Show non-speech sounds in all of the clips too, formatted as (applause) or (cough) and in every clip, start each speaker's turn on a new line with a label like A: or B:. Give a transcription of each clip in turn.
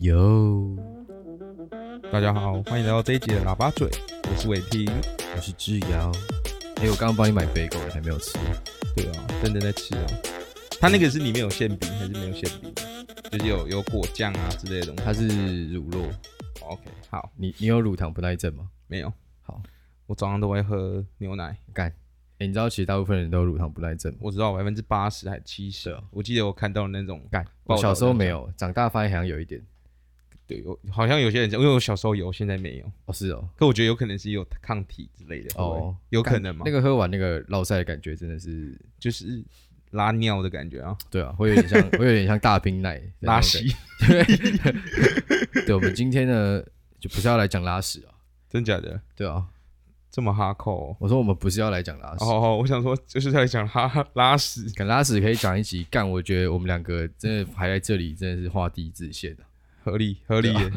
A: 哟，
B: 大家好，欢迎来到这一集的喇叭嘴，我是伟霆。
A: 我是志尧。哎、我刚刚帮你买肥狗，你还没有吃。
B: 对啊，真的在吃啊。它那个是里面有馅饼还是没有馅饼？就是有有果酱啊之类的东西。
A: 它是乳酪，
B: 哦 OK，好，
A: 你你有乳糖不耐症吗？
B: 没有
A: 好，
B: 我早上都会喝牛奶。
A: 干，哎、你知道其实大部分人都有乳糖不耐症吗？
B: 我知道百分之八十还七十
A: 对啊，
B: 我记得我看到那种，
A: 干，我
B: 报道
A: 小时候
B: 的
A: 没有，长大发现好像有一点。
B: 对，有好像有些人讲，因为我小时候有，现在没有。
A: 哦，是哦，
B: 可我觉得有可能是有抗体之类的，会不会
A: 哦，
B: 有
A: 干
B: 可能吗？
A: 那个喝完那个落塞的感觉真的是，
B: 就是拉尿的感觉啊，
A: 对啊，会有点像，会有点像大冰奶的那
B: 拉
A: 种感
B: 稀，
A: 觉。对，我们今天呢，就不是要来讲拉屎啊，
B: (laughs) 真假的
A: 对啊，
B: 这么哈扣哦？
A: 我说我们不是要来讲拉屎。
B: 哦，我想说就是在讲拉拉屎，
A: 敢拉屎可以讲一集，干，我觉得我们两个真的还在这里，真的是画地自限啊，
B: 合理合理耶，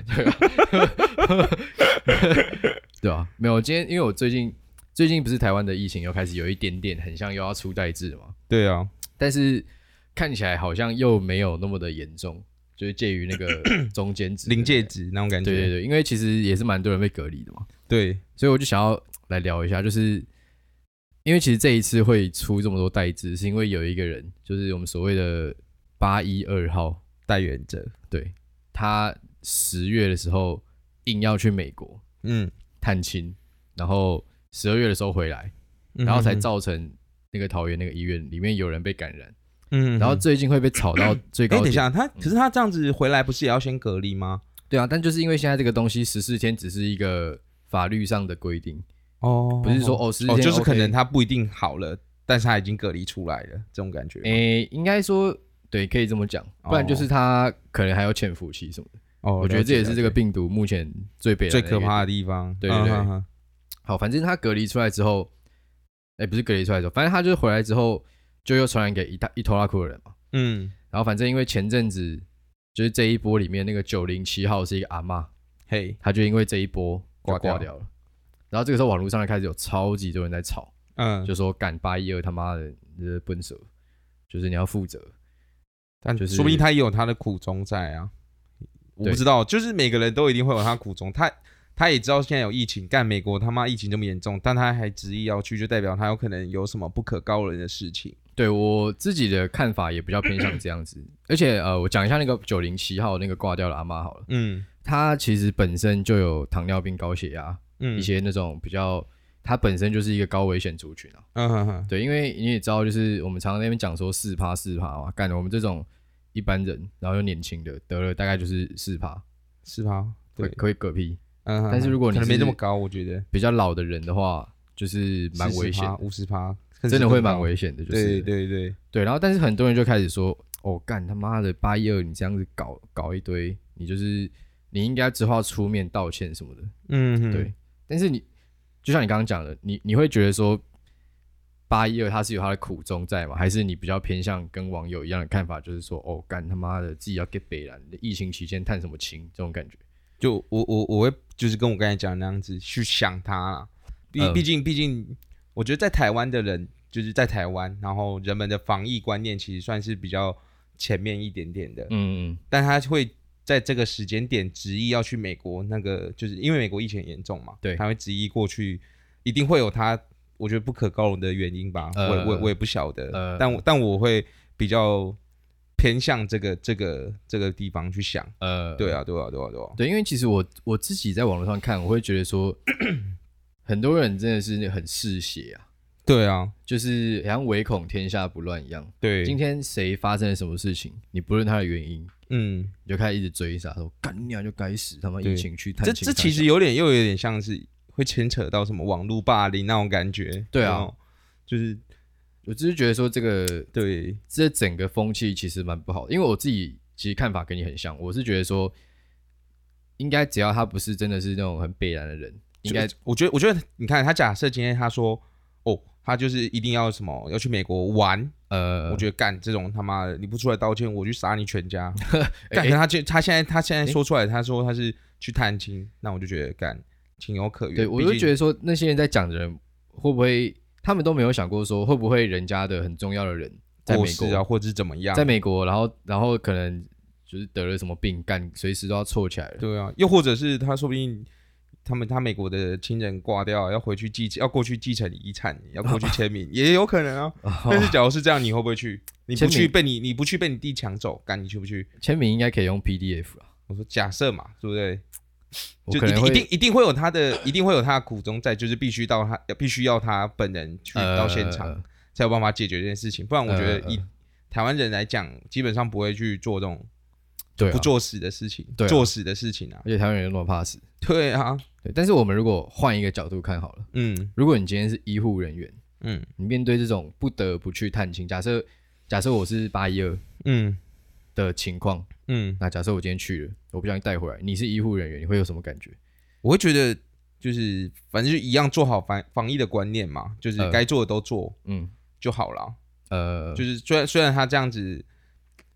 A: 对啊，没有，今天因为我最近最近不是台湾的疫情又开始有一点点很像又要出代志了嘛，
B: 对
A: (laughs)
B: 啊，
A: 但是看起来好像又没有那么的严重，就是介于那
B: (clears throat)
A: 个中间值，
B: 临界。值那种感
A: 对啊对
B: 觉，
A: 对，因为其实也是蛮多人被隔离的嘛，
B: 对
A: 所以我就想要来聊一下，就是因为其实这一次会出这么多代志，是因为有一个人，就是我们所谓的八一二号，
B: 代言者，
A: 对他十月的时候硬要去美国
B: 嗯，
A: 探亲，然后十二月的时候回来，然后才
B: 嗯，
A: 造成那个桃园那个医院里面有人被感染，
B: 嗯
A: 然后最近会被炒
B: (coughs)
A: 到最
B: 哎，
A: 高
B: 等一
A: 点。嗯
B: 下，他可是他这样子回来不是也要先隔离吗？
A: 对啊，但就是因为现在这个东西十四天只是一个法律上的规定，
B: 哦，
A: 不是说哦十四
B: 哦，
A: 天、
B: 就是可能，他不一定好了，但是他已经隔离出来了，这种感觉，
A: 诶、应该说对，可以这么讲，不然就是他可能还有潜伏期什么的。
B: 哦，
A: 我觉得这也是这个
B: 了解
A: 病毒目前最悲
B: 最
A: 最
B: 可怕的地方，
A: 对对对
B: 嗯哼哼
A: 好，反正他隔离出来之后，哎、不是隔离出来之后，反正他就是回来之后就又传染给一大一头拉库的人嘛。
B: 嗯，
A: 然后反正因为前阵子就是这一波里面那个九零七号是一个阿嬷，
B: 嘿，
A: 她就因为这一波就
B: 挂掉
A: 挂掉了。然后这个时候网络上就开始有超级多人在吵，
B: 嗯，
A: 就说干八一二他妈的你是笨蛇，就是你要负责。
B: 但
A: 就是
B: 说不定他也有他的苦衷在啊，我
A: 对
B: 不知道，就是每个人都一定会有他苦衷，他他也知道现在有疫情，干美国他妈疫情这么严重，但他还执意要去，就代表他有可能有什么不可告人的事情。
A: 对我自己的看法也比较偏向这样子， (clears throat) 而且呃，我讲一下那个九零七号那个挂掉的阿嬷好了，
B: 嗯
A: 她其实本身就有糖尿病、高血压，
B: 嗯
A: 一些那种比较，它本身就是一个高危险族群啊。
B: 嗯哼哼，
A: 对，因为你也知道，就是我们常常在那边讲说四趴四趴嘛，干我们这种一般人，然后又年轻的，得了大概就是四趴，
B: 是吧？
A: 会
B: 对，
A: 可以嗝屁。
B: 嗯哼哼，
A: 但是如果你
B: 可能没
A: 是
B: 这么高，我觉得
A: 比较老的人的话，就是蛮危险，
B: 五十趴，
A: 真的会蛮
B: 险。
A: 危险的，就是
B: 对对对，
A: 对。然后，但是很多人就开始说，哦，干他妈的八一二，你这样子搞搞一堆，你就是你应该之后要出面道歉什么的。
B: 嗯哼，
A: 对，但是你就像你刚刚讲的，你你会觉得说八一二他是有他的苦衷在吗？还是你比较偏向跟网友一样的看法，就是说哦干他妈的自己要 get 北蓝，疫情期间探什么情这种感觉？
B: 就我我我会就是跟我刚才讲的那样子去想他啦，毕
A: 嗯
B: 毕竟毕竟，我觉得在台湾的人就是在台湾，然后人们的防疫观念其实算是比较前面一点点的，
A: 嗯嗯，
B: 但他会在这个时间点执意要去美国，那个就是因为美国疫情很严重嘛，
A: 对
B: 他会执意过去，一定会有他我觉得不可告人的原因吧，
A: 呃
B: 我也我也我也不晓得，
A: 呃
B: 但我但我会比较偏向这个这个这个地方去想，
A: 呃，
B: 对啊对啊对啊对啊，
A: 对，因为其实我我自己在网络上看，我会觉得说 (clears throat) 很多人真的是很嗜血啊，
B: 对啊。
A: 就是好像唯恐天下不乱一样。
B: 对，
A: 今天谁发生了什么事情，你不论他的原因，
B: 嗯，
A: 你就开始一直追杀，说干你娘就该死，他妈
B: 对
A: 疫情去探
B: 这
A: 亲。
B: 这其实有点又有点像是会牵扯到什么网络霸凌那种感觉。
A: 对啊
B: 有没有，就是
A: 我只是觉得说这个
B: 对，
A: 这整个风气其实蛮不好的，因为我自己其实看法跟你很像，我是觉得说，应该只要他不是真的是那种很北然的人，应该
B: 就我觉得我觉得你看他假设今天他说哦，他就是一定要什么要去美国玩，
A: 呃
B: 我，觉得干这种他妈的你不出来道歉，我去杀你
A: (laughs)
B: 全家。
A: 哎
B: 干，可他就他现在他现在
A: 哎
B: 说出来，他说他是去探亲，那我就觉得干情有可原。
A: 对我
B: 毕
A: 就
B: 竟
A: 觉得说那些人在讲的人会不会他们都没有想过说会不会人家的很重要的人在
B: 过
A: 美
B: 世
A: 国，
B: 啊，或者是怎么样
A: 在，美国，然后然后可能就是得了什么病，干随时都要凑起来了。
B: 对啊，又或者是他说不定他们他美国的亲人挂掉，要回去继要过去继承遗产，要过去签名， (laughs) 也有可能啊。但是假如是这样，你会不会去？你不
A: 哦签
B: 去
A: 名
B: 被你你不去被你弟抢走，干你去不去？
A: (laughs) 签名应该可以用 PDF 啊，
B: 我说假设嘛，对不对？
A: 我
B: 就
A: 可
B: 一
A: 能
B: 定一定
A: 会
B: 一定会有他的，一定会有他的苦衷在，就是必须到他必须要他本人去
A: 呃
B: 到现场、才有办法解决这件事情，不然我觉得
A: 呃
B: 以、台湾人来讲，基本上不会去做这种
A: 对啊
B: 不，作死的事情，
A: 对啊
B: 作死的事情啊
A: 而，且台湾人又那么怕死。
B: 对啊，
A: 对，但是我们如果换一个角度看好了，
B: 嗯
A: 如果你今天是医护人员，
B: 嗯
A: 你面对这种不得不去探亲，假设假设我是八一二
B: 嗯
A: 的情况，
B: 嗯，
A: 那假设我今天去了，我不小心带回来，你是医护人员，你会有什么感觉？
B: 我会觉得就是反正就一样做好防防疫的观念嘛，就是
A: 呃
B: 该做的都做
A: 嗯，
B: 就好了。
A: 呃，
B: 就是虽然虽然他这样子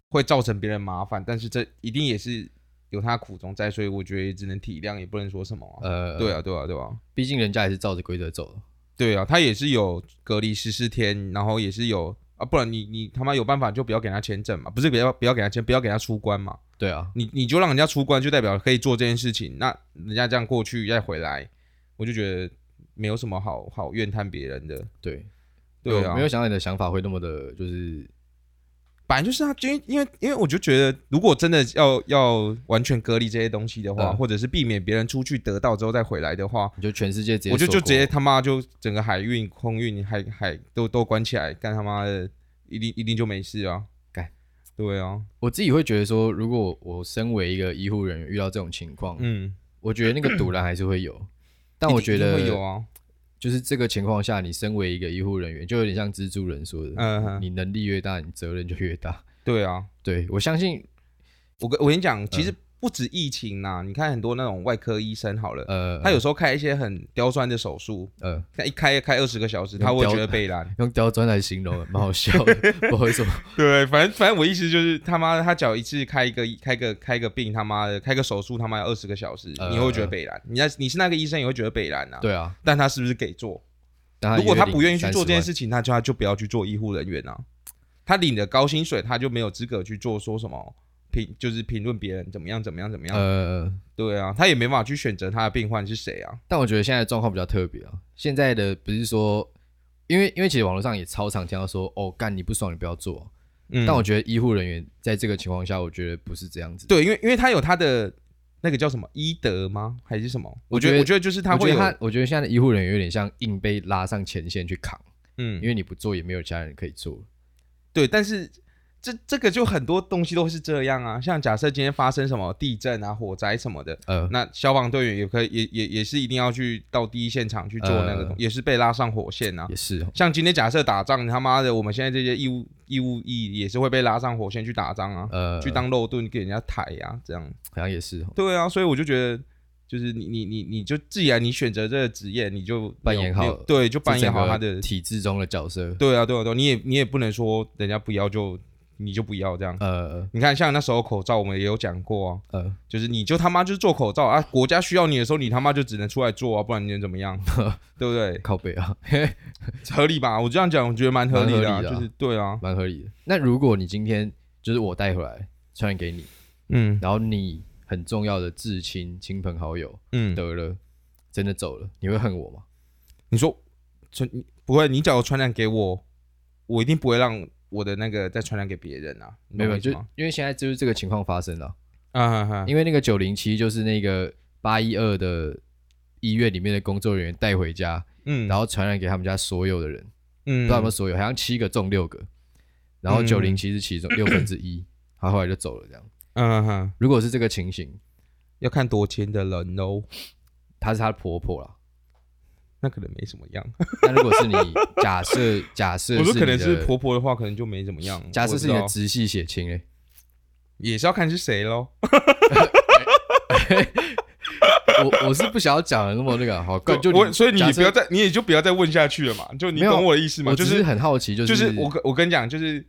B: 会造成别人麻烦，但是这一定也是有他苦衷在，所以我觉得也只能体谅，也不能说什么、啊。
A: 呃，
B: 对啊，对啊，对啊，
A: 毕竟人家也是照着规则走的。
B: 对啊，他也是有隔离十四天，然后也是有啊，不然你你他妈有办法就不要给他签证嘛，不是不要不要给他签，不要给他出关嘛，
A: 对啊，
B: 你你就让人家出关，就代表可以做这件事情，那人家这样过去再回来，我就觉得没有什么好好怨叹别人的。
A: 对，
B: 对啊，
A: 我没有想到你的想法会那么的，就是
B: 本来就是啊，因为因为因为我就觉得，如果真的要要完全隔离这些东西的话，
A: 嗯
B: 或者是避免别人出去得到之后再回来的话，
A: 你就全世界直接
B: 我就
A: 锁
B: 就直接
A: 国
B: 他妈就整个海运、空运、海海都都关起来，干他妈的，一定一定就没事啊！
A: 干，
B: 对啊，
A: 我自己会觉得说，如果我身为一个医护人员遇到这种情况，
B: 嗯，
A: 我觉得那个堵拦还是会有。但我
B: 一定
A: 觉得
B: 一定会有啊，
A: 就是这个情况下，你身为一个医护人员，就有点像蜘蛛人说的，
B: 嗯哼
A: 你能力越大，你责任就越大。
B: 对啊，
A: 对我相信，
B: 我跟我跟你讲，其
A: 嗯
B: 实不止疫情呐、你看很多那种外科医生好了，
A: 呃，
B: 他有时候开一些很刁钻的手术，
A: 呃
B: 他一开开二十个小时，他会
A: 刁
B: 觉得被拦。
A: 用刁钻来形容，蛮好笑
B: (laughs)
A: 的，不好意思，
B: 对，反正反正我意思就是，他妈的他只要一次开一个开个开个病，他妈的开个手术，他妈要二十个小时，
A: 呃
B: 你会觉得北兰，你那你是那个医生也会觉得北兰啊。，
A: 对啊。
B: 但他是不是给做？
A: 但
B: 如果
A: 一个
B: 他
A: 月
B: 不愿意去
A: 领
B: 做这件
A: 30万，
B: 事情，那就他就不要去做医护人员啊。他领的高薪水，他就没有资格去做说什么评，就是评论别人怎么样怎么样怎么样。
A: 呃，
B: 对啊，他也没办法去选择他的病患是谁啊。
A: 但我觉得现在的状况比较特别啊。现在的不是说，因为因为其实网络上也超常听到说，哦，干你不爽你不要做啊、
B: 嗯，
A: 但我觉得医护人员在这个情况下，我觉得不是这样子。
B: 对，因为因为他有他的那个叫什么医德吗？还是什么？我
A: 我
B: 觉
A: 觉
B: 得
A: 得
B: 我觉得就是他
A: 我觉
B: 会
A: 得
B: 有
A: 他，我觉得现在的医护人员有点像硬被拉上前线去扛，
B: 嗯
A: 因为你不做也没有其他人可以做。
B: 对，但是这这个就很多东西都是这样啊。像假设今天发生什么地震啊、火灾什么的，
A: 呃，
B: 那消防队员也可以也也也是一定要去到第一现场去做那个东，
A: 呃
B: 也是被拉上火线啊。
A: 也是哦，
B: 像今天假设打仗，他妈的，我们现在这些义务义务役也是会被拉上火线去打仗啊，
A: 呃，
B: 去当肉盾给人家抬啊，这样。
A: 好像也是哦，
B: 对啊，所以我就觉得。就是你你你你就既然你选择这个职业，你就
A: 扮演
B: 没有
A: 好
B: 对，就扮演好他
A: 这整
B: 的
A: 个体制中的角色。
B: 对啊，对啊，对啊，你也你也不能说人家不要就你就不要这样。
A: 呃
B: 你看，像那时候口罩，我们也有讲过啊，
A: 呃，
B: 就是你就他妈就是做口罩啊，国家需要你的时候，你他妈就只能出来做啊，不然你能怎
A: (laughs)
B: 么样？对不对？
A: 靠背啊， (laughs)
B: 合理吧？我这样讲，我觉得蛮合理的、
A: 蛮合理的啊
B: 就是对啊，
A: 蛮合理的。那如果你今天就是我带回来传染给你，
B: 嗯
A: 然后你很重要的至亲、亲朋好友
B: 嗯，
A: 得了，真的走了，你会恨我吗？
B: 你说传你不会，你假如传染给我，我一定不会让我的那个再传染给别人啊，你
A: 没
B: 懂
A: 有，
B: 我意思
A: 就
B: 吗？
A: 因为现在就是这个情况发生了，
B: 啊哈哈，
A: 因为那个九零七就是那个八一二的医院里面的工作人员带回家，
B: 嗯，
A: 然后传染给他们家所有的人，不
B: 嗯
A: 知道有没有所有，好像七个中六个，然后
B: 嗯
A: 九零七是其中六分之一，他后来就走了这样。
B: 嗯哼，
A: 如果是这个情形，
B: 要看多亲的人哦，
A: 她是她的婆婆啦。
B: 那可能没什么样。
A: 那如果是你 (laughs) 假设假设
B: 我说可能
A: 你
B: 是
A: 的
B: 婆婆的话，可能就没怎么样。
A: 假
B: 我
A: 设
B: 不
A: 是
B: 知
A: 你
B: 道
A: 的直系血亲哎，
B: 也是要看是谁喽。
A: 啊我我是不想要讲的那么那个好，干就
B: 我
A: 你
B: 所以你也
A: 假
B: 不
A: 设
B: 要再，你也就不要再问下去了嘛。就你
A: 没有
B: 懂我的意思吗？
A: 我
B: 就
A: 只是很好奇，就
B: 就是我跟我跟你讲，就是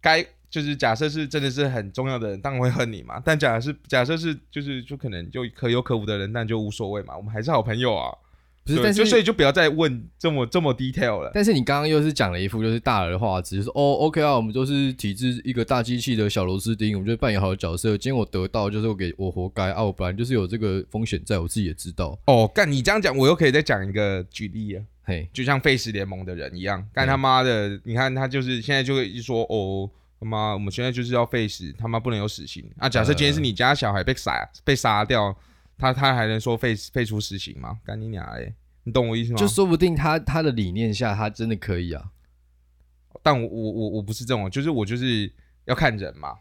B: 该就是假设是真的是很重要的人，当然会恨你嘛。但假设是假设是就是就可能就可有可无的人，那就无所谓嘛。我们还是好朋友啊。
A: 不是，
B: 对
A: 但
B: 就是所以就不要再问这么这么 detail 了。
A: 但是你刚刚又是讲了一副就是大而化之，就是说哦，OK 啊，我们都是体制一个大机器的小螺丝钉，我们就扮演好角色。今天我得到就是我给我活该啊，我本来就是有这个风险在，我自己也知道。
B: 哦，干你这样讲，我又可以再讲一个举例啊，
A: 嘿，
B: 就像 Face 联盟的人一样，干他妈的，你看他就是现在就会一直说哦。他妈，我们现在就是要 face，他妈不能有死刑啊！假设今天是
A: 呃
B: 你家小孩被杀被杀掉，他他还能说废废除死刑吗？干你娘嘞！你懂我意思吗？
A: 就说不定他他的理念下，他真的可以啊。
B: 但我我我我不是这种，就是我就是要看人嘛。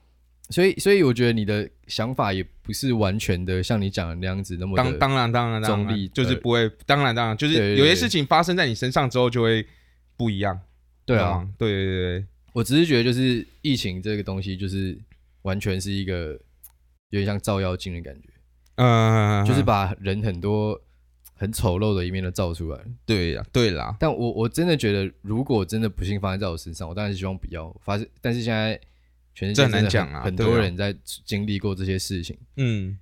A: 所以，所以我觉得你的想法也不是完全的像你讲的那样子那么
B: 当
A: 的。
B: 当然当然当
A: 中立
B: 然，就是
A: 对
B: 不会，当然当然，就
A: 对对
B: 是
A: 对
B: 有些事情发生在你身上之后就会不一样。
A: 对
B: 知道
A: 啊，
B: 吗，对对对对，
A: 我只是觉得就是疫情这个东西，就是完全是一个有点像照妖镜的感觉，
B: 嗯，
A: 就是把人很多很丑陋的一面都照出来。
B: 对呀对啦，
A: 但我我真的觉得，如果真的不幸发生在我身上，我当然是希望不要发生。但是现在全世界
B: 这很
A: 真的
B: 难讲啊
A: 很
B: 对啊
A: 多人在经历过这些事情。
B: 嗯，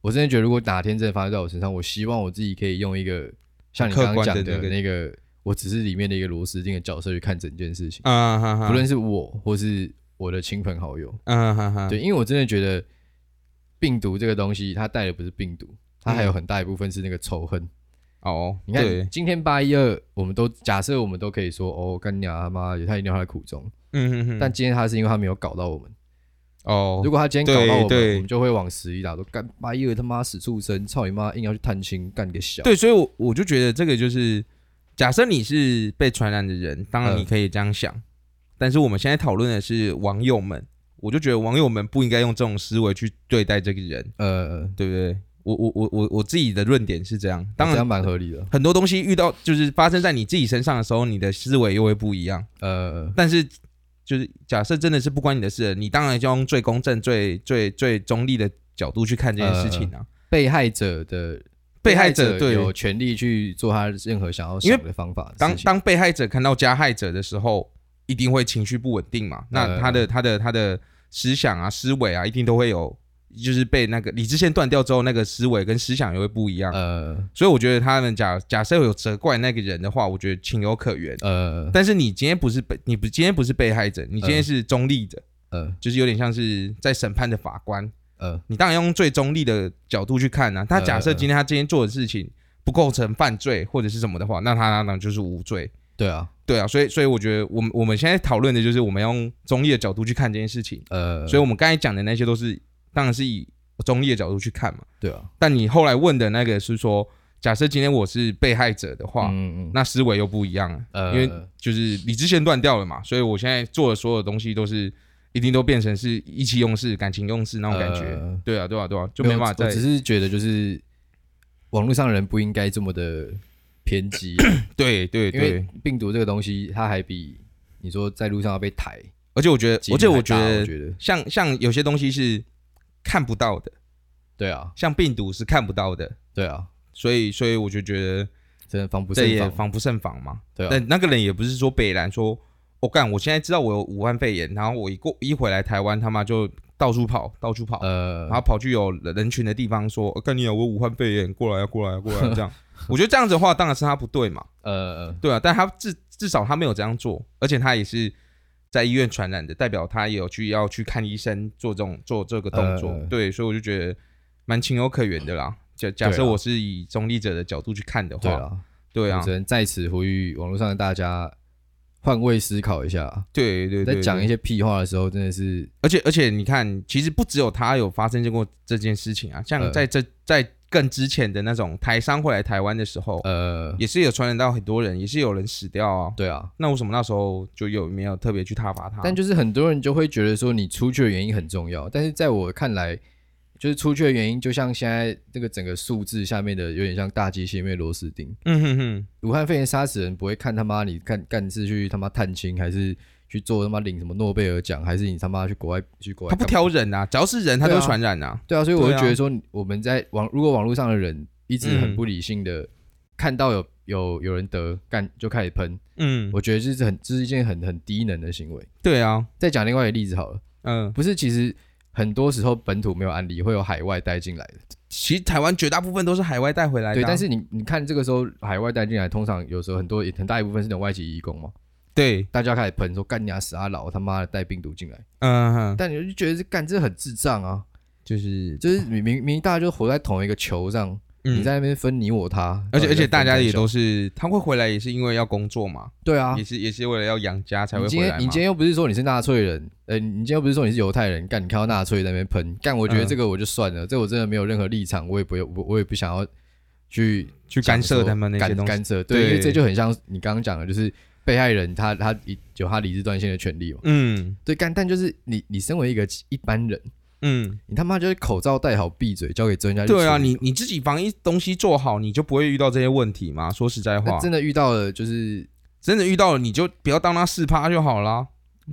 A: 我真的觉得，如果哪天真的发生在我身上，我希望我自己可以用一个像你
B: 客
A: 刚刚
B: 观
A: 讲
B: 的
A: 的
B: 那个
A: 那个，我只是里面的一个螺丝钉的角色去看整件事情，
B: 啊哈哈，
A: 不论是我或是我的亲朋好友。
B: 啊哈哈，
A: 对，因为我真的觉得病毒这个东西，它带的不是病毒，它还有很大一部分是那个仇恨。
B: 哦，
A: 你看，
B: 嗯对
A: 今天八一二，我们都假设我们都可以说，哦，干娘他妈的，他一定有他的苦衷。
B: 嗯哼哼，
A: 但今天他是因为他没有搞到我们，
B: 哦
A: 如，果他今天搞到我们，
B: 对
A: 我们就会往死里打，说干八一二他妈死畜生，操你妈，硬要去探亲，干你个小。
B: 对，所以我我就觉得这个就是，假设你是被传染的人，当然
A: 嗯
B: 你可以这样想，但是我们现在讨论的是网友们，我就觉得网友们不应该用这种思维去对待这个人。
A: 呃，
B: 对不对？我我我我我自己的论点是这样，当
A: 这
B: 然
A: 样蛮合理的。
B: 很多东西遇到就是发生在你自己身上的时候，你的思维又会不一样。
A: 呃，
B: 但是就是假设真的是不关你的事，你当然就用最公正、最最最中立的角度去看这件事情啊。
A: 被害者的
B: 被害者对
A: 有权利去做他任何想要
B: 因为
A: 想的方法的
B: 当
A: 事情。
B: 当被害者看到加害者的时候，一定会情绪不稳定嘛？那他的、他的他的思想啊、思维啊，一定都会有，就是被那个理智线断掉之后，那个思维跟思想又会不一样。
A: 呃
B: 所以我觉得他们假假设有责怪那个人的话，我觉得情有可原。
A: 呃
B: 但是你今天不是被你不今天不是被害者，你今天
A: 嗯
B: 是中立的，
A: 呃
B: 就是有点像是在审判的法官。
A: 呃，
B: 你当然用最中立的角度去看
A: 嗯
B: 啊。他假设今天他今天做的事情不构成犯罪或者是什么的话，那他当然就是无罪。
A: 对啊，
B: 对啊，所以所以我觉得我们我们现在讨论的就是我们要用中立的角度去看这件事情。
A: 呃，
B: 所以我们刚才讲的那些都是当然是以中立的角度去看嘛。
A: 对啊，
B: 但你后来问的那个是说，假设今天我是被害者的话，
A: 嗯嗯，
B: 那思维又不一样了，
A: 呃
B: 因为就是理智线断掉了嘛，所以我现在做的所有东西都是一定都变成是意气用事、感情用事那种感觉。
A: 呃
B: 对啊，对啊，对啊，就没办法
A: 我
B: 再
A: 只是觉得就是网络上人不应该这么的偏激，啊
B: (coughs) 对对
A: 因为
B: 对，
A: 病毒这个东西，它还比你说在路上要被抬，
B: 而且我觉
A: 几率
B: 得，而且
A: 还
B: 我觉
A: 大我
B: 得，
A: 觉得
B: 像像有些东西是看不到的，
A: 对啊，
B: 像病毒是看不到的，
A: 对啊，
B: 所以所以我就觉得
A: 真的防不
B: 这
A: 胜
B: 也
A: 防，
B: 防不胜防嘛。
A: 对啊，
B: 但那个人也不是说北兰说，我、干，我现在知道我有武汉肺炎，然后我一过一回来台湾，他妈就到处跑，到处跑，
A: 呃
B: 然，后跑去有人群的地方说，哦干、你有我有武汉肺炎，过来啊，过来啊，过来啊，这样。
A: (laughs)
B: 我觉得这样子的话，当然是他不对嘛，
A: 呃，
B: 对啊，但他至至少他没有这样做，而且他也是在医院传染的，代表他也有去要去看医生做这种做这个动作，
A: 呃
B: 对，所以我就觉得蛮情有可原的啦。假假设
A: 对啊
B: 我是以中立者的角度去看的
A: 对
B: 话，
A: 啊，
B: 对
A: 我
B: 啊
A: 只，能在此呼吁网络上的大家换位思考一下，
B: 对对对，
A: 在讲
B: 对
A: 一些屁话的时候，真的是
B: 而且而且你看，其实不只有他有发生过这件事情啊，像
A: 呃
B: 在这、在更之前的那种台商会来台湾的时候，
A: 呃，
B: 也是有传染到很多人，也是有人死掉啊。
A: 对啊，
B: 那为什么那时候就有没有特别去挞伐他？
A: 但就是很多人就会觉得说你出去的原因很重要，但是在我看来，就是出去的原因就像现在这个整个数字下面的有点像大机器里面的螺丝钉。
B: 嗯哼哼，
A: 武汉肺炎杀死人不会看他妈你干干是去他妈探亲，还是去做他妈领什么诺贝尔奖，还是你他妈去国外去国外
B: 他
A: 干
B: 不
A: 嘛？
B: 挑人啊，只要是人他
A: 对啊
B: 都传染啊。
A: 对啊，所以我
B: 对
A: 就
B: 啊
A: 觉得说我们在网如果网络上的人一直很
B: 嗯
A: 不理性的看到有有有人得干就开始喷，
B: 嗯，
A: 我觉得这是很这是一件很很低能的行为。
B: 对啊，
A: 再讲另外一个例子好了。
B: 嗯
A: 不是，其实很多时候本土没有案例，会有海外带进来的。
B: 其实台湾绝大部分都是海外带回来的啊、
A: 对，但是你你看这个时候海外带进来，通常有时候很多也很大一部分是那种外籍移工嘛，
B: 对，
A: 大家开始喷说干你啊死啊老他妈的带病毒进来，
B: 嗯哼，
A: 但你就觉得这干这很智障啊，
B: 就是
A: 就是明明明大家就活在同一个球上，你
B: 嗯，
A: 在那边分你我他，
B: 而且
A: 到底在
B: 而且
A: 分
B: 大家
A: 三
B: 也
A: 小
B: 都是，他会回来也是因为要工作嘛，
A: 对啊
B: 也，是也是为了要养家才会
A: 你今
B: 回来
A: 天
B: 嘛。
A: 你今天又不是说你是纳粹人，呃，你今天又不是说你是犹太人，干你看到纳粹在那边喷，干我觉得
B: 嗯
A: 这个我就算了，这我真的没有任何立场，我也不用我我也不想要去
B: 去干涉他们那些
A: 干
B: 东西，
A: 干涉，对，因为
B: 对
A: 这就很像你刚刚讲的，就是被害人他他有他理智断线的权利嘛。
B: 嗯
A: 对，干但就是你你身为一个一般人，
B: 嗯，
A: 你他妈就是口罩戴好，闭嘴，交给专家去
B: 对啊，
A: 处理
B: 你你自己防疫东西做好，你就不会遇到这些问题嘛。说实在话
A: 那，真的遇到了就是
B: 真的遇到了你就不要当他四趴就好啦，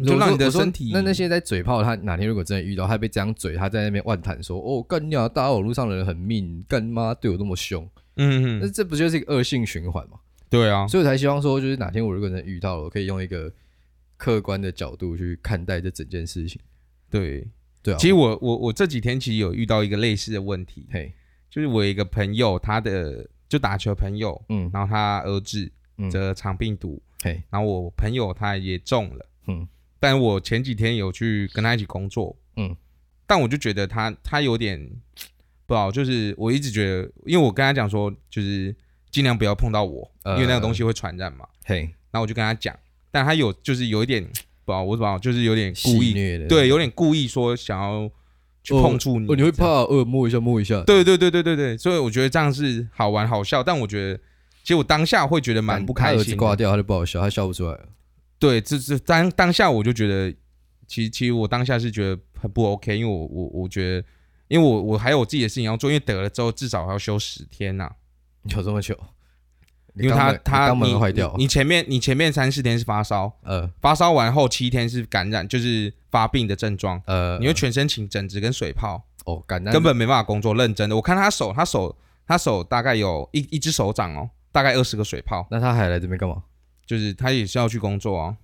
B: 就
A: 我
B: 让
A: 说
B: 你的
A: 我说
B: 身体
A: 那那些在嘴炮，他哪天如果真的遇到，他被这样嘴，他在那边万谈说：“哦，干你啊，大家网络上的人很命，干妈对我那么凶。
B: 嗯
A: 那
B: 嗯，
A: 这不就是一个恶性循环嘛？
B: 对啊，
A: 所以我才希望说，就是哪天我如果真的遇到了，我可以用一个客观的角度去看待这整件事情。
B: 对。
A: 对啊，
B: 其实我我我这几天其实有遇到一个类似的问题，
A: 嘿，
B: 就是我有一个朋友，他的就打球朋友，
A: 嗯
B: 然后他儿子
A: 嗯
B: 得肠病毒，
A: 嘿，
B: 然后我朋友他也中了，
A: 嗯
B: 但我前几天有去跟他一起工作，
A: 嗯，
B: 但我就觉得他他有点不好，就是我一直觉得，因为我跟他讲说，就是尽量不要碰到我，
A: 呃
B: 因为那个东西会传染嘛，
A: 嘿，
B: 然后我就跟他讲，但他有就是有一点不好，我怎么好就是有点故
A: 戏
B: 意，
A: 虐的，
B: 对，有点故意说想要去碰触你，
A: 哦，你会
B: 这样
A: 怕呃摸一下摸一下，
B: 对对对对对对，所以我觉得这样是好玩好笑，但我觉得其实我当下会觉得蛮
A: 干
B: 不
A: 他
B: 开
A: 儿子
B: 心
A: 挂
B: 的。
A: 掉他就不好笑，他笑不出来了。
B: 对，这这当当下我就觉得，其实其实我当下是觉得很不 OK，因为我我我觉得，因为我我还有我自己的事情要做，因为得了之后至少还要休十天呐、
A: 你有这么久？
B: 因为他
A: 你肛门
B: 他
A: 你肛门
B: 你
A: 会坏掉
B: 你，你前面你前面三四天是发烧，
A: 呃
B: 发烧完后七天是感染，就是发病的症状，
A: 呃，
B: 你会全身起疹子跟水泡，
A: 哦，干那
B: 根本没办法工作，认真的。我看他手，他手，他手大概有一一只手掌哦，大概二十个水泡，
A: 那他还来这边干嘛？
B: 就是他也是要去工作哦。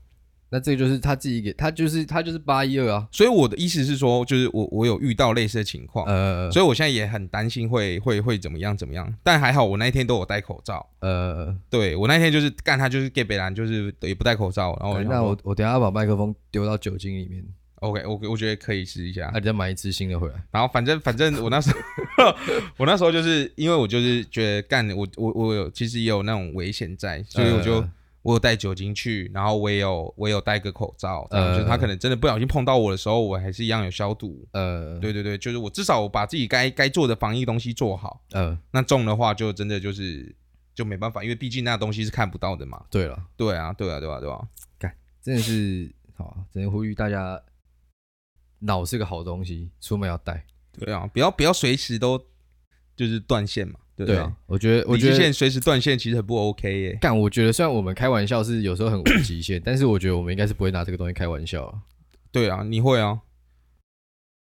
A: 那这个就是他自己给他就是他就是八一二啊，
B: 所以我的意思是说，就是我我有遇到类似的情况，
A: 呃
B: 所以我现在也很担心会会会怎么样怎么样。但还好我那一天都有戴口罩，
A: 呃，
B: 对我那天就是干他就是 gay 北兰，就是也不戴口罩，然后我
A: 干
B: 就想
A: 哎那
B: 说
A: 我我等一下把麦克风丢到酒精里面，
B: OK 我我觉得可以试一下
A: 啊，。你再买一支新的回来。
B: 然后反正
A: (laughs)
B: 反正我那时候 (laughs) 我那时候就是因为我就是觉得干我我我有其实也有那种危险在，所以我就。
A: 呃
B: 我有带酒精去，然后我也有我也有戴个口罩，这样
A: 呃
B: 就是他可能真的不小心碰到我的时候，我还是一样有消毒。
A: 呃
B: 对对对，就是我至少我把自己该该做的防疫东西做好。
A: 呃，
B: 那中的话，就真的就是就没办法，因为毕竟那东西是看不到的嘛。
A: 对了，
B: 对啊，对啊，对啊，对啊，
A: 真的是好啊，只能呼吁大家，脑是个好东西，出门要带。
B: 对啊，不要不要随时都就是断线嘛。对不
A: 对
B: 对
A: 啊，，我觉得我
B: 理智
A: 觉得
B: 线随时断线其实很不 OK 耶。
A: 干，我觉得虽然我们开玩笑是有时候很无极限， (clears throat) 但是我觉得我们应该是不会拿这个东西开玩笑啊。
B: 对啊，你会啊？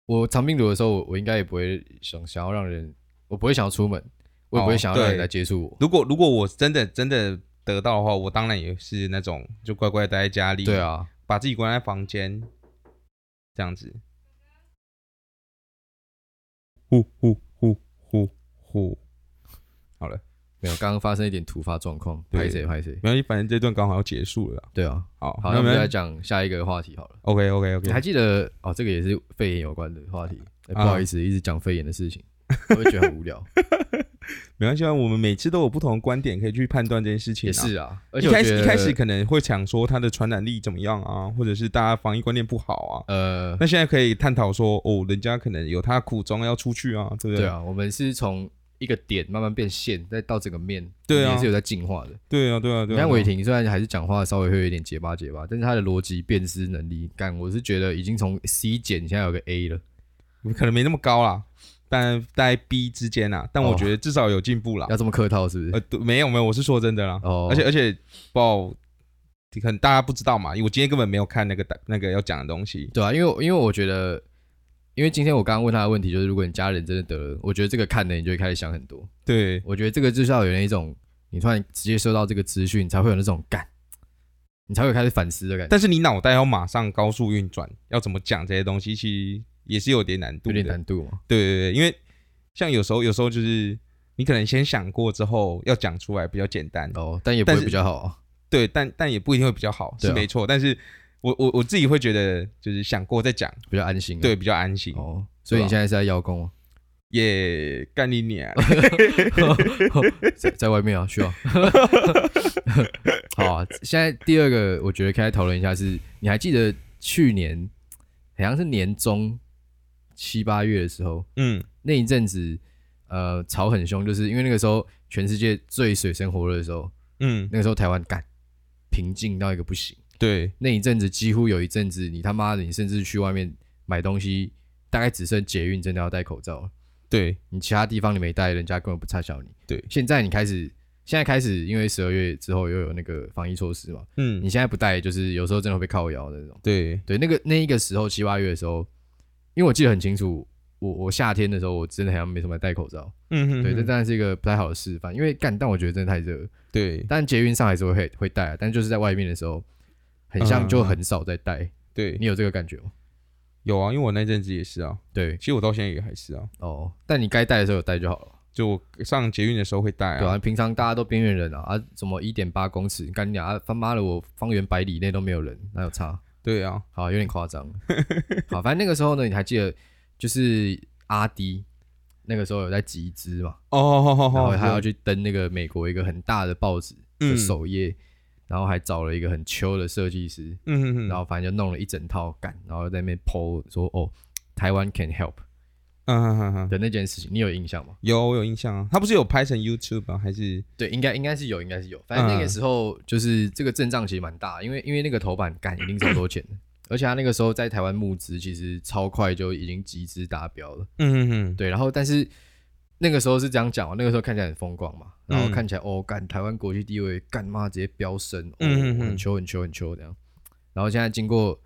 A: 我长病毒的时候，我我应该也不会想想要让人，我不会想要出门，我也不会
B: 哦
A: 想要让人
B: 对
A: 来接触我。
B: 如果如果我真的真的得到的话，我当然也是那种就乖乖待在家里。
A: 对啊，
B: 把自己关在房间，这样子。呼呼呼呼呼，
A: 没有，刚刚发生一点突发状况，
B: 对
A: 拍谁拍谁。
B: 没关系，反正这段刚好要结束了啦。
A: 对啊，
B: 好，
A: 好，那
B: 哦那
A: 我们来
B: 们
A: 讲下一个话题好了。
B: OK OK
A: 你还
B: OK，
A: 记得哦？这个也是肺炎有关的话题。哎不
B: 啊
A: 好意思，一直讲肺炎的事情，我会觉得很无
B: (laughs)
A: 聊。
B: 没关系，啊，我们每次都有不同的观点可以去判断这件事情、
A: 也
B: 啊。，
A: 是啊，而且
B: 一
A: 我
B: 开
A: 觉
B: 始
A: 得
B: 一开始可能会想说它的传染力怎么样啊，或者是大家防疫观念不好啊。
A: 呃，
B: 那现在可以探讨说，哦，人家可能有他的苦衷要出去啊，对
A: 对
B: 不对？
A: 啊，我们是从一个点慢慢变线，再到整个面，
B: 对啊
A: 也是有在进化的。
B: 对啊，对啊，
A: 你
B: 对啊。
A: 看
B: 对
A: 伟
B: 啊
A: 霆虽然还是讲话稍微会有一点结巴结巴，但是他的逻辑辨识能力，干我是觉得已经从 C 减现在有个 A 了，
B: 可能没那么高啦，但在 B 之间啊，但我
A: 哦
B: 觉得至少有进步啦。
A: 要这么客套是不
B: 呃
A: 是？，
B: 对没有没有，我是说真的啦。
A: 哦
B: 而且而且，爆，可能大家不知道嘛，因为我今天根本没有看那个那个要讲的东西。
A: 对啊，因为我因为我觉得，因为今天我刚刚问他的问题就是，如果你家人真的得了，我觉得这个看了你就会开始想很多。
B: 对，
A: 我觉得这个就是要有那一种，你突然直接收到这个资讯，你才会有那种感，你才会开始反思的感觉，
B: 但是你脑袋要马上高速运转，要怎么讲这些东西，其实也是有点难度
A: 有
B: 的。
A: 点难度嘛。
B: 对对对，因为像有时候有时候就是你可能先想过之后要讲出来比较简单，
A: 哦，但也不
B: 但
A: 会
B: 是
A: 比较好啊。
B: 对，但但也不一定会比较好，
A: 对
B: 是
A: 啊
B: 没错。但是我我我自己会觉得就是想过再讲，
A: 比较安心、啊。
B: 对，，比较安心。
A: 哦，所以你现在是在邀功吗？
B: 也干你
A: (laughs)
B: 娘！
A: 在在外面啊，需要。 (laughs) 好啊，现在第二个，我觉得可以来讨论一下是，你还记得去年好像是年中七八月的时候，
B: 嗯，
A: 那一阵子呃吵很凶，就是因为那个时候全世界最水深火热的时候，
B: 嗯，
A: 那个时候台湾干平静到一个不行。
B: 对，
A: 那一阵子几乎有一阵子，你他妈的，你甚至去外面买东西，大概只剩捷运真的要戴口罩了。
B: 对，
A: 你其他地方你没带，人家根本不差小你。
B: 对
A: 现在你开始，现在开始，因为十二月之后又有那个防疫措施嘛，
B: 嗯
A: 你，现在不带，就是有时候真的会被靠腰的那种。
B: 对，
A: 对，那个那一个时候七八月的时候，因为我记得很清楚，我我夏天的时候我真的好像没什么戴口罩，
B: 嗯哼
A: 对，这
B: 哼
A: 当然是一个不太好的示范，因为干，但我觉得真的太热了，
B: 对
A: 但捷运上还是会会戴啊，但就是在外面的时候，很
B: 嗯
A: 像就很少在戴，
B: 对，
A: 你有这个感觉吗？
B: 有啊，因为我那阵子也是啊，
A: 对，
B: 其实我到现在也还是啊，
A: 哦，但你该戴的时候有戴就好了。
B: 就我上捷运的时候会戴
A: 对
B: 啊，
A: 啊，平常大家都边缘人啊，啊，什么一点八公尺，干你俩啊，他妈的，我方圆百里内都没有人，哪有差？
B: 对啊，
A: 好，有点夸
B: (laughs)
A: 张。好，反正那个时候呢，你还记得，就是阿迪那个时候有在集资嘛，
B: 哦哦哦
A: 然后
B: 哦，
A: 他要去登那个美国一个很大的报纸的
B: 嗯
A: 首页，然后还找了一个很秋的设计师，
B: 嗯哼哼，
A: 然后反正就弄了一整套干，然后在那边 PO 说哦，台湾 can help
B: 嗯哼哼哼，
A: 的那件事情，你有印象吗？
B: 有我有印象啊，他不是有拍成 YouTube 啊吗？还是
A: 对，应该应该是有，应该是有。反正那个
B: 嗯
A: 时候就是这个阵仗其实蛮大，因为因为那个头版干一定超多钱的，
B: (coughs)
A: 而且他那个时候在台湾募资其实超快就已经集资达标了。
B: 嗯哼哼，
A: 对，然后但是那个时候是这样讲哦，那个时候看起来很风光嘛，然后
B: 嗯
A: 看起来、哦干台湾国际地位干妈直接飙升，哦、
B: 嗯哼哼
A: 很秋很秋很秋这样。然后现在经过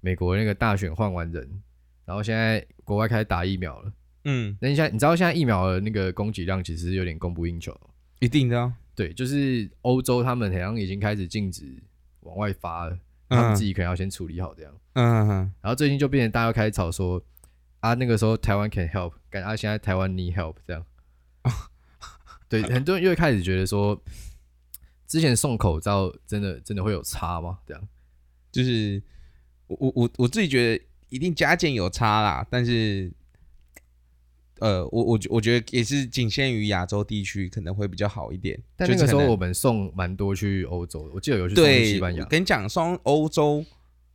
A: 美国那个大选换完人，然后现在国外开始打疫苗了。
B: 嗯，
A: 那你现在你知道现在疫苗的那个供给量其实有点供不应求。
B: 一定的啊，
A: 对，就是欧洲他们好像已经开始禁止往外发了，
B: 嗯
A: 他们自己可能要先处理好这样。
B: 嗯哼哼，
A: 然后最近就变成大家开始吵说，啊那个时候台湾 can help，感觉啊现在台湾 need help 这样。对，很多人又开始觉得说，之前送口罩真的真的会有差吗？这样
B: 就是我我我我自己觉得一定加减有差啦，但是。呃，我我我觉得也是仅限于亚洲地区，可能会比较好一点。
A: 但
B: 就
A: 那个
B: 是
A: 时候
B: 可能
A: 我们送蛮多去欧洲的，我记得有去送去
B: 对，
A: 西班牙
B: 我。跟你讲，送欧洲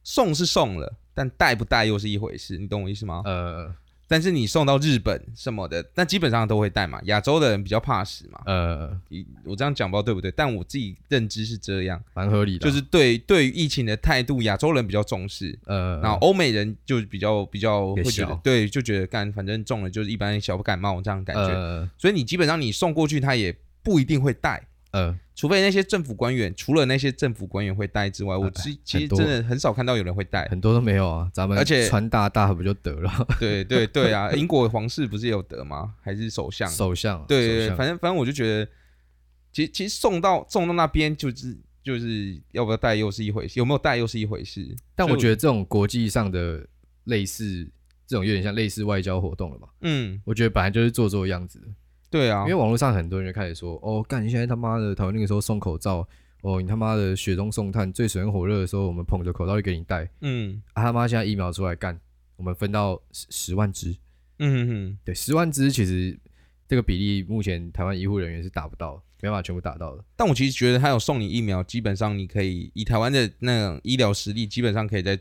B: 送是送了，但带不带又是一回事，你懂我意思吗？
A: 呃
B: 但是你送到日本什么的，但基本上都会带嘛。亚洲的人比较怕死嘛，
A: 呃，
B: 你我这样讲不知道对不对？但我自己认知是这样，
A: 蛮合理的啊，
B: 就是对对于疫情的态度，亚洲人比较重视。
A: 呃，
B: 然后欧美人就比较比较会
A: 也
B: 觉得
A: 小，
B: 对，就觉得干，反正中了就是一般小感冒这样的感觉，
A: 呃
B: 所以你基本上你送过去，他也不一定会带。
A: 呃，
B: 除非那些政府官员，除了那些政府官员会戴之外，我其
A: 啊哎
B: 其实
A: 很多
B: 真的很少看到有人会戴。
A: 很多都没有啊，咱们
B: 而且
A: 川大大不就得了？
B: 对对对啊，英国皇室不是也有得吗？还是首相？
A: 首相，
B: 对
A: 首
B: 对对，
A: 相
B: 反正反正我就觉得，其实其实送到送到那边就是就是要不要戴又是一回事，有没有戴又是一回事。
A: 但我
B: 得，
A: 觉得这种国际上的类似这种有点像类似外交活动了吧？
B: 嗯，
A: 我觉得本来就是做做样子的，
B: 对啊
A: 因，为网络上很多人就开始说，哦，干你现在他妈的台湾那个时候送口罩，哦，你他妈的雪中送炭，最水深火热的时候，我们捧着口罩就给你戴，
B: 嗯
A: 啊他妈现在疫苗出来干，我们分到十十万支，
B: 嗯嗯，
A: 对，十万支其实这个比例目前台湾医护人员是达不到的，没办法全部达到的，
B: 但我其实觉得他有送你疫苗，基本上你可以以台湾的那种医疗实力，基本上可以在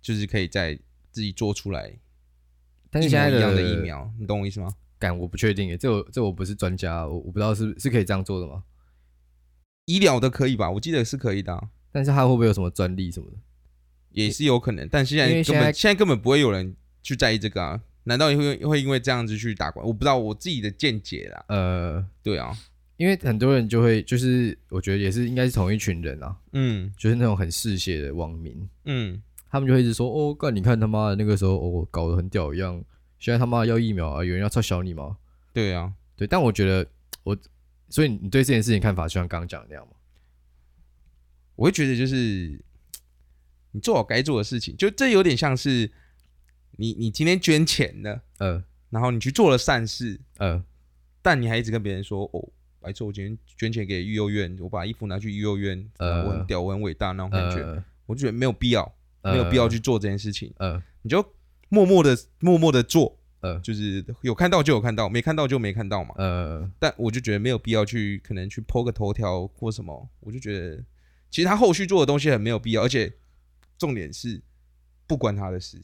B: 就是可以在自己做出来
A: 但是
B: 一
A: 现
B: 模
A: 在
B: 一样的疫苗，你懂我意思吗？
A: 干我不确定耶，这我这我不是专家，我我不知道是是可以这样做的吗？
B: 医疗的可以吧？我记得是可以的啊、
A: 但是它会不会有什么专利什么的？
B: 也是有可能。但现在
A: 因为
B: 根本
A: 现在
B: 现在根本不会有人去在意这个啊？难道会会因为这样子去打官？我不知道我自己的见解啦。
A: 呃，
B: 对啊，
A: 因为很多人就会就是我觉得也是应该是同一群人啊，
B: 嗯
A: 就是那种很嗜血的网民，
B: 嗯，
A: 他们就会一直说哦，干你看他妈的那个时候哦搞得很屌一样，现在他妈的要疫苗啊，有人要抄小你吗？
B: 对啊，
A: 对，但我觉得我，所以你对这件事情看法就像刚刚讲的那样吗？
B: 我会觉得就是你做好该做的事情，就这有点像是你你今天捐钱了，
A: 呃，
B: 然后你去做了善事，
A: 呃，
B: 但你还一直跟别人说哦，白痴，我今天捐钱给育幼院，我把衣服拿去育幼院，
A: 呃
B: 我很屌，我很伟大那种感觉，
A: 呃，
B: 我就觉得没有必要，没有必要去做这件事情，
A: 呃，
B: 你就默默的默默的做，
A: 呃，
B: 就是有看到就有看到，没看到就没看到嘛。
A: 呃，
B: 但我就觉得没有必要去可能去剖个头条或什么，我就觉得其实他后续做的东西很没有必要，而且重点是不关他的事，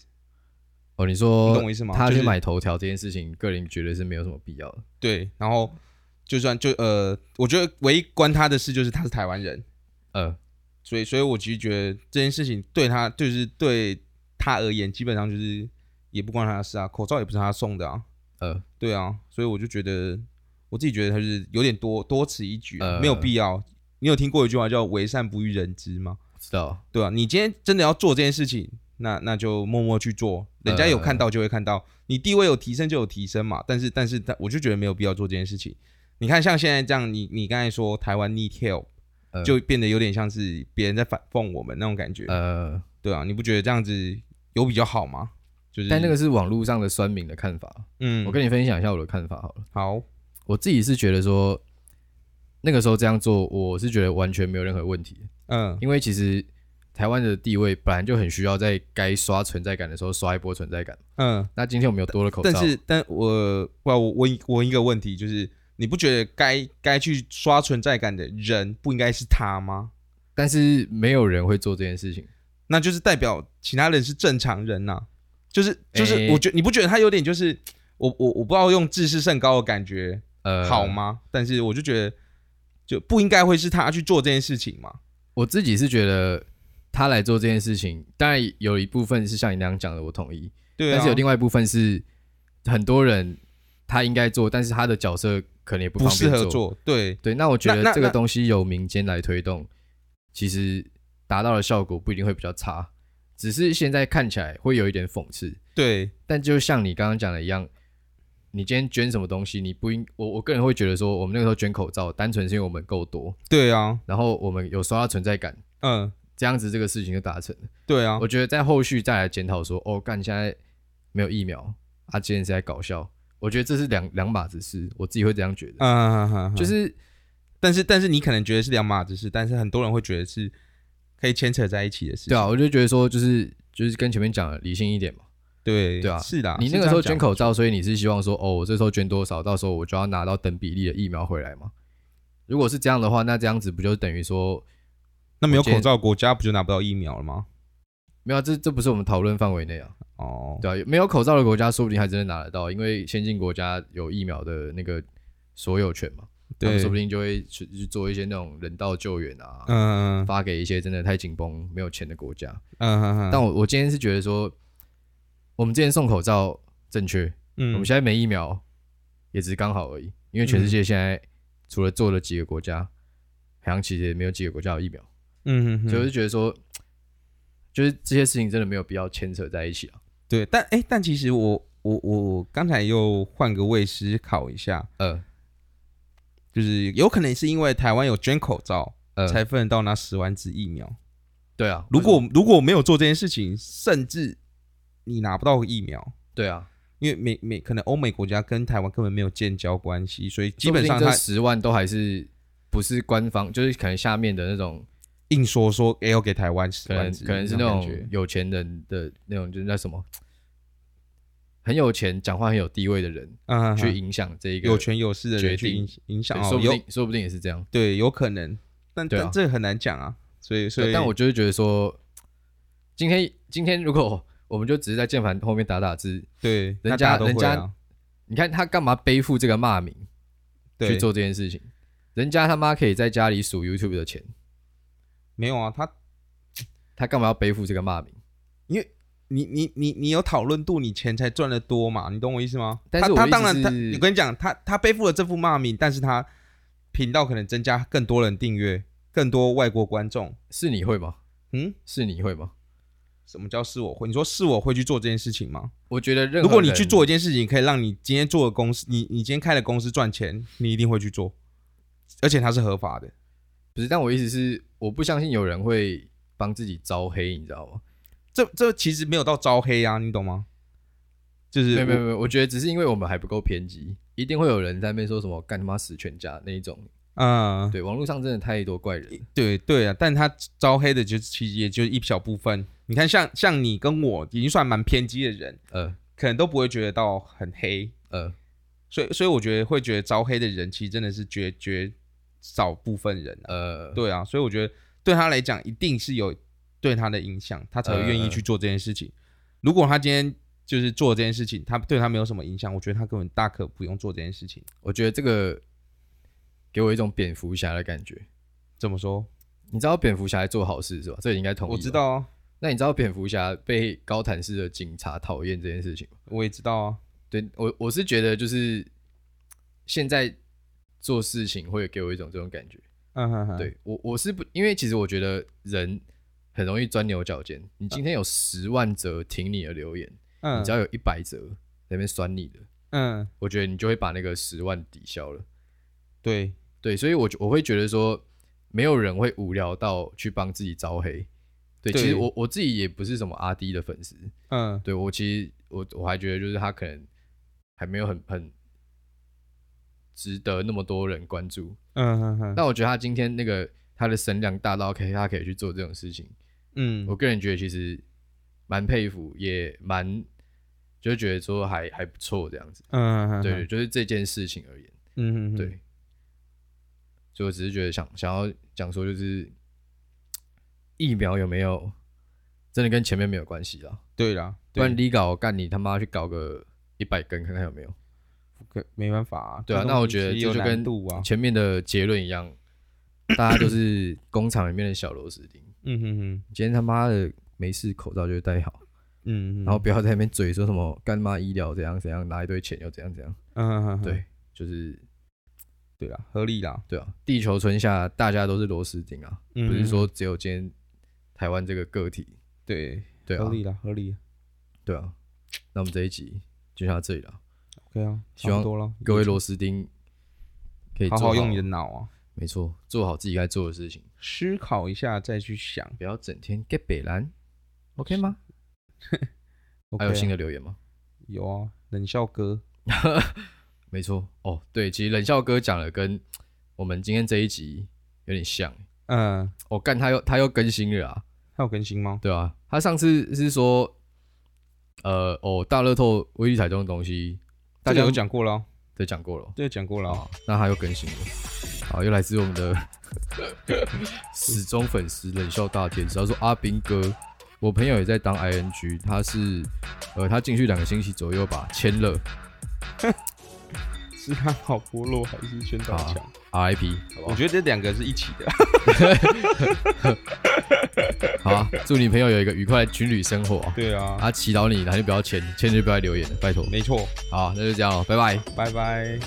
A: 哦，你
B: 你
A: 说
B: 懂我意思吗？
A: 他
B: 就
A: 去
B: 是
A: 买头条这件事情，个人觉得是没有什么必要的。
B: 对，然后就算就呃，我觉得唯一关他的事就是他是台湾人，
A: 呃，
B: 所以所以我其实觉得这件事情对他就是对他而言，基本上就是也不关他的事啊，口罩也不是他送的啊，
A: 呃，
B: 对啊，所以我就觉得我自己觉得他是有点多多此一举啊、
A: 呃
B: 没有必要。你有听过一句话叫“为善不欲人知”吗？
A: 不知道，
B: 对啊，你今天真的要做这件事情，那那就默默去做，人家有看到就会看
A: 呃
B: 到，你地位有提升就有提升嘛。但是，但是他我就觉得没有必要做这件事情。你看，像现在这样，你你刚才说台湾 need help，、
A: 呃
B: 就变得有点像是别人在反讽我们那种感觉，
A: 呃，
B: 对啊，你不觉得这样子有比较好吗？就是，
A: 但那个是网络上的酸民的看法，
B: 嗯，
A: 我跟你分享一下我的看法好了。
B: 好，
A: 我自己是觉得说，那个时候这样做，我是觉得完全没有任何问题，
B: 嗯
A: 因为其实台湾的地位本来就很需要在该刷存在感的时候刷一波存在感。
B: 嗯，
A: 那今天我们有多了口罩，
B: 但是，但我不然我我我问一个问题，就是你不觉得该该去刷存在感的人不应该是他吗？
A: 但是没有人会做这件事情。
B: 那就是代表其他人是正常人呐、就是就是，
A: 诶
B: 我觉你不觉得他有点就是我我我不知道用自视甚高的感觉
A: 呃，
B: 好吗？但是我就觉得就不应该会是他去做这件事情嘛。
A: 我自己是觉得他来做这件事情，当然有一部分是像你那样讲的，我同意。
B: 对啊，
A: 但是有另外一部分是很多人他应该做，但是他的角色可能也不
B: 不
A: 方
B: 适
A: 便
B: 合。做，对
A: 对，那我觉
B: 那
A: 得
B: 那
A: 这个
B: 那
A: 东西由民间来推动，其实达到的效果不一定会比较差，只是现在看起来会有一点讽刺。
B: 对，
A: 但就像你刚刚讲的一样，你今天捐什么东西，你不应我我个人会觉得说，我们那个时候捐口罩，单纯是因为我们够多，
B: 对啊，
A: 然后我们有刷到存在感，
B: 嗯，
A: 这样子这个事情就达成了。
B: 对啊
A: 我，觉得在后续再来检讨说，哦，干现在没有疫苗，啊，今天是在搞笑，我觉得这是两两码子事，我自己会这样觉得，
B: 嗯，嗯
A: 就，
B: 嗯嗯
A: 是
B: 但是但是你可能觉得是两码子事，但是很多人会觉得是可以牵扯在一起的事情，
A: 对啊，我就觉得说，就是就是跟前面讲的理性一点嘛。
B: 对
A: 对啊
B: 是的，
A: 你
B: 是
A: 那个
B: 这
A: 时候
B: 样
A: 捐
B: 讲
A: 口罩，所以你是希望说，哦，我这时候捐多少，到时候我就要拿到等比例的疫苗回来嘛？如果是这样的话，那这样子不就等于说，
B: 那没有
A: 我今天
B: 口罩，国家不就拿不到疫苗了吗？
A: 没有啊、这这不是我们讨论范围内啊，
B: 哦，
A: 对啊，没有口罩的国家，说不定还真的拿得到，因为先进国家有疫苗的那个所有权嘛，他们
B: 对
A: 说不定就会去去做一些那种人道救援啊，
B: 嗯嗯
A: 发给一些真的太紧绷、没有钱的国家。
B: 嗯嗯，
A: 但我我今天是觉得说，我们之前送口罩正确，我
B: 嗯
A: 们现在没疫苗，也只是刚好而已。因为全世界现在除了做了几个国家，好像其实也没有几个国家有疫苗，
B: 嗯嗯，
A: 所以我就觉得说，就是这些事情真的没有必要牵扯在一起啊。
B: 对，但哎、但其实我我我刚才又换个位思考一下，
A: 呃
B: 就是有可能是因为台湾有捐口罩，
A: 呃，
B: 才分得到那十万支疫苗。
A: 对啊，
B: 如果如果没有做这件事情，甚至你拿不到疫苗，
A: 对啊，
B: 因为美美可能欧美国家跟台湾根本没有建交关系，所以基本
A: 说
B: 上
A: 不定
B: 它
A: 这十万都还是不是官方，就是可能下面的那种，
B: 硬说说也要给台湾十
A: 可
B: 万
A: 能
B: 支，
A: 可能是那
B: 那感
A: 种
B: 觉
A: 有钱人的那种，就是那什么。很有钱、讲话很有地位的人
B: 嗯，
A: 去
B: 去
A: 影响这一个
B: 有权有势的
A: 决
B: 人去
A: 定
B: 影影响
A: 对
B: 哦
A: 说，不
B: 有
A: 定说不定也是这样。
B: 对有可能，但
A: 对啊
B: 但这很难讲啊，所以所
A: 对，
B: 以
A: 但我就是觉得说，今天今天如果我们就只是在键盘后面打打字，
B: 对
A: 人
B: 那
A: 家
B: 大都
A: 人
B: 会
A: 家
B: 啊
A: 你看他干嘛背负这个骂名去
B: 对
A: 做这件事情？人家他妈可以在家里数 YouTube 的钱，
B: 没有啊，他
A: 他干嘛要背负这个骂名？
B: 你你你你有讨论度，你钱才赚得多嘛，你懂我意思吗？
A: 但是我
B: 他
A: 的
B: 他
A: 意思
B: 当然他，
A: 是
B: 我跟你讲，他他背负了这副骂名，但是他频道可能增加更多人订阅，更多外国观众。
A: 是你会吗？
B: 嗯，
A: 是你会吗？
B: 什么叫是我会？你说是我会去做这件事情吗？
A: 我觉得任何
B: 如果你
A: 人
B: 去，做一件事情，可以让你今天做的公司，你你今天开的公司赚钱，你一定会去做，而且它是合法的。
A: 不是？但我意思是，我不相信有人会帮自己招黑，你知道吗？
B: 这这其实没有到招黑啊，你懂吗？就是
A: 没有没有
B: 我
A: 没有，我觉得只是因为我们还不够偏激，一定会有人在那边说什么干他妈死全家那一种。
B: 嗯，
A: 对，网络上真的太多怪人，
B: 对对啊，但他招黑的就其实也就一小部分。你看像，像你跟我已经算蛮偏激的人，
A: 呃
B: 可能都不会觉得到很黑，
A: 呃，
B: 所以所以我觉得会觉得招黑的人其实真的是绝绝少部分人啊。
A: 呃，
B: 对啊，所以我觉得对他来讲一定是有对他的影响，他才会
A: 嗯
B: 愿意去做这件事情。如果他今天就是做这件事情，他对他没有什么影响，我觉得他根本大可不用做这件事情。
A: 我觉得这个给我一种蝙蝠侠的感觉。
B: 怎么说？
A: 你知道蝙蝠侠在做好事是吧？这个你应该同意。
B: 我知。道啊，
A: 那你知道蝙蝠侠被高谭市的警察讨厌这件事情吗？
B: 我也知道啊。
A: 对我，我是觉得就是现在做事情会给我一种这种感觉。
B: 嗯哼哼，
A: 对我，我是不，因为其实我觉得人很容易钻牛角尖。你今天有十万则挺你的留言，
B: 嗯，
A: 你只要有一百则在那边酸你的，
B: 嗯，
A: 我觉得你就会把那个十万抵消了。
B: 对，
A: 对，所以我就我会觉得说，没有人会无聊到去帮自己招黑。对，
B: 对
A: 其实我我自己也不是什么阿 D 的粉丝，
B: 嗯
A: 对我其实我我还觉得就是他可能还没有很很值得那么多人关注。
B: 嗯哼哼，
A: 但我觉得他今天那个他的声量大到可以他可以去做这种事情，
B: 嗯
A: 我个人觉得其实蛮佩服，也蛮就是觉得说还还不错这样子。
B: 嗯哼哼，
A: 对，，就是这件事情而言。
B: 嗯哼哼，
A: 对，所以我只是觉得想想要讲说，就是疫苗有没有真的跟前面没有关系啦，
B: 对啦，
A: 不然
B: 对
A: 你搞干你他妈去搞个一百根看看有没有，
B: 可没办法啊。
A: 对啊
B: 这，
A: 那
B: 东
A: 我
B: 西
A: 觉得
B: 其实
A: 这
B: 有
A: 就
B: 难
A: 跟
B: 度啊，
A: 前面的结论一样，大家都是工厂里面的小螺丝钉，
B: 嗯哼哼，
A: 今天他妈的没事口罩就戴好，
B: 嗯，
A: 然后不要在那边嘴说什么干妈医疗怎样怎样，拿一堆钱又怎样怎样，
B: 嗯哼哼，
A: 对，就是
B: 对啦，合理啦，
A: 对啊，地球村下大家都是螺丝钉啊。
B: 嗯
A: 不是
B: 哼
A: 说只有今天台湾这个个体，
B: 对，
A: 对啊
B: 合，理啦，合理
A: 对啊。那我们这一集就到这里了，
B: ，OK 啊，
A: 希
B: 差不
A: 望
B: 多了，
A: 各位螺丝钉可以
B: 好
A: 做
B: 好用你的，脑啊，
A: 没错，做好自己该做的事情，
B: 思考一下再去想。
A: 不要整天 get 北蓝，OK 吗？还
B: OK，
A: 有新
B: 啊
A: 的留言吗？
B: 有啊，冷笑哥，
A: 没错，哦，对，其实冷笑哥讲的跟我们今天这一集有点像，
B: 嗯，
A: 我、哦、干他又他又更新了啊，
B: 还有更新吗？
A: 对啊，他上次是说，呃，哦，大乐透威力彩中的东西，大
B: 这
A: 家
B: 个有讲过了哦，
A: 对讲过了哦。
B: 这个讲过了哦，
A: 那他又更新了，好，又来自我们的 (laughs) 始终粉丝冷笑大天使，他说阿兵哥，我朋友也在当 ING，他是呃，他进去两个星期左右吧，签了
B: 是他好薄弱还是宣传强？
A: RIP，好啊不
B: 我
A: 好？
B: 觉得这两个是一起
A: (laughs)
B: 的。
A: 好、啊，祝你朋友有一个愉快的军旅生活啊！
B: 对啊，
A: 啊，祈祷你，然后就不要签，签就不要留言了，拜托。
B: 没错，
A: 好，那就这样了，拜拜。
B: 拜拜。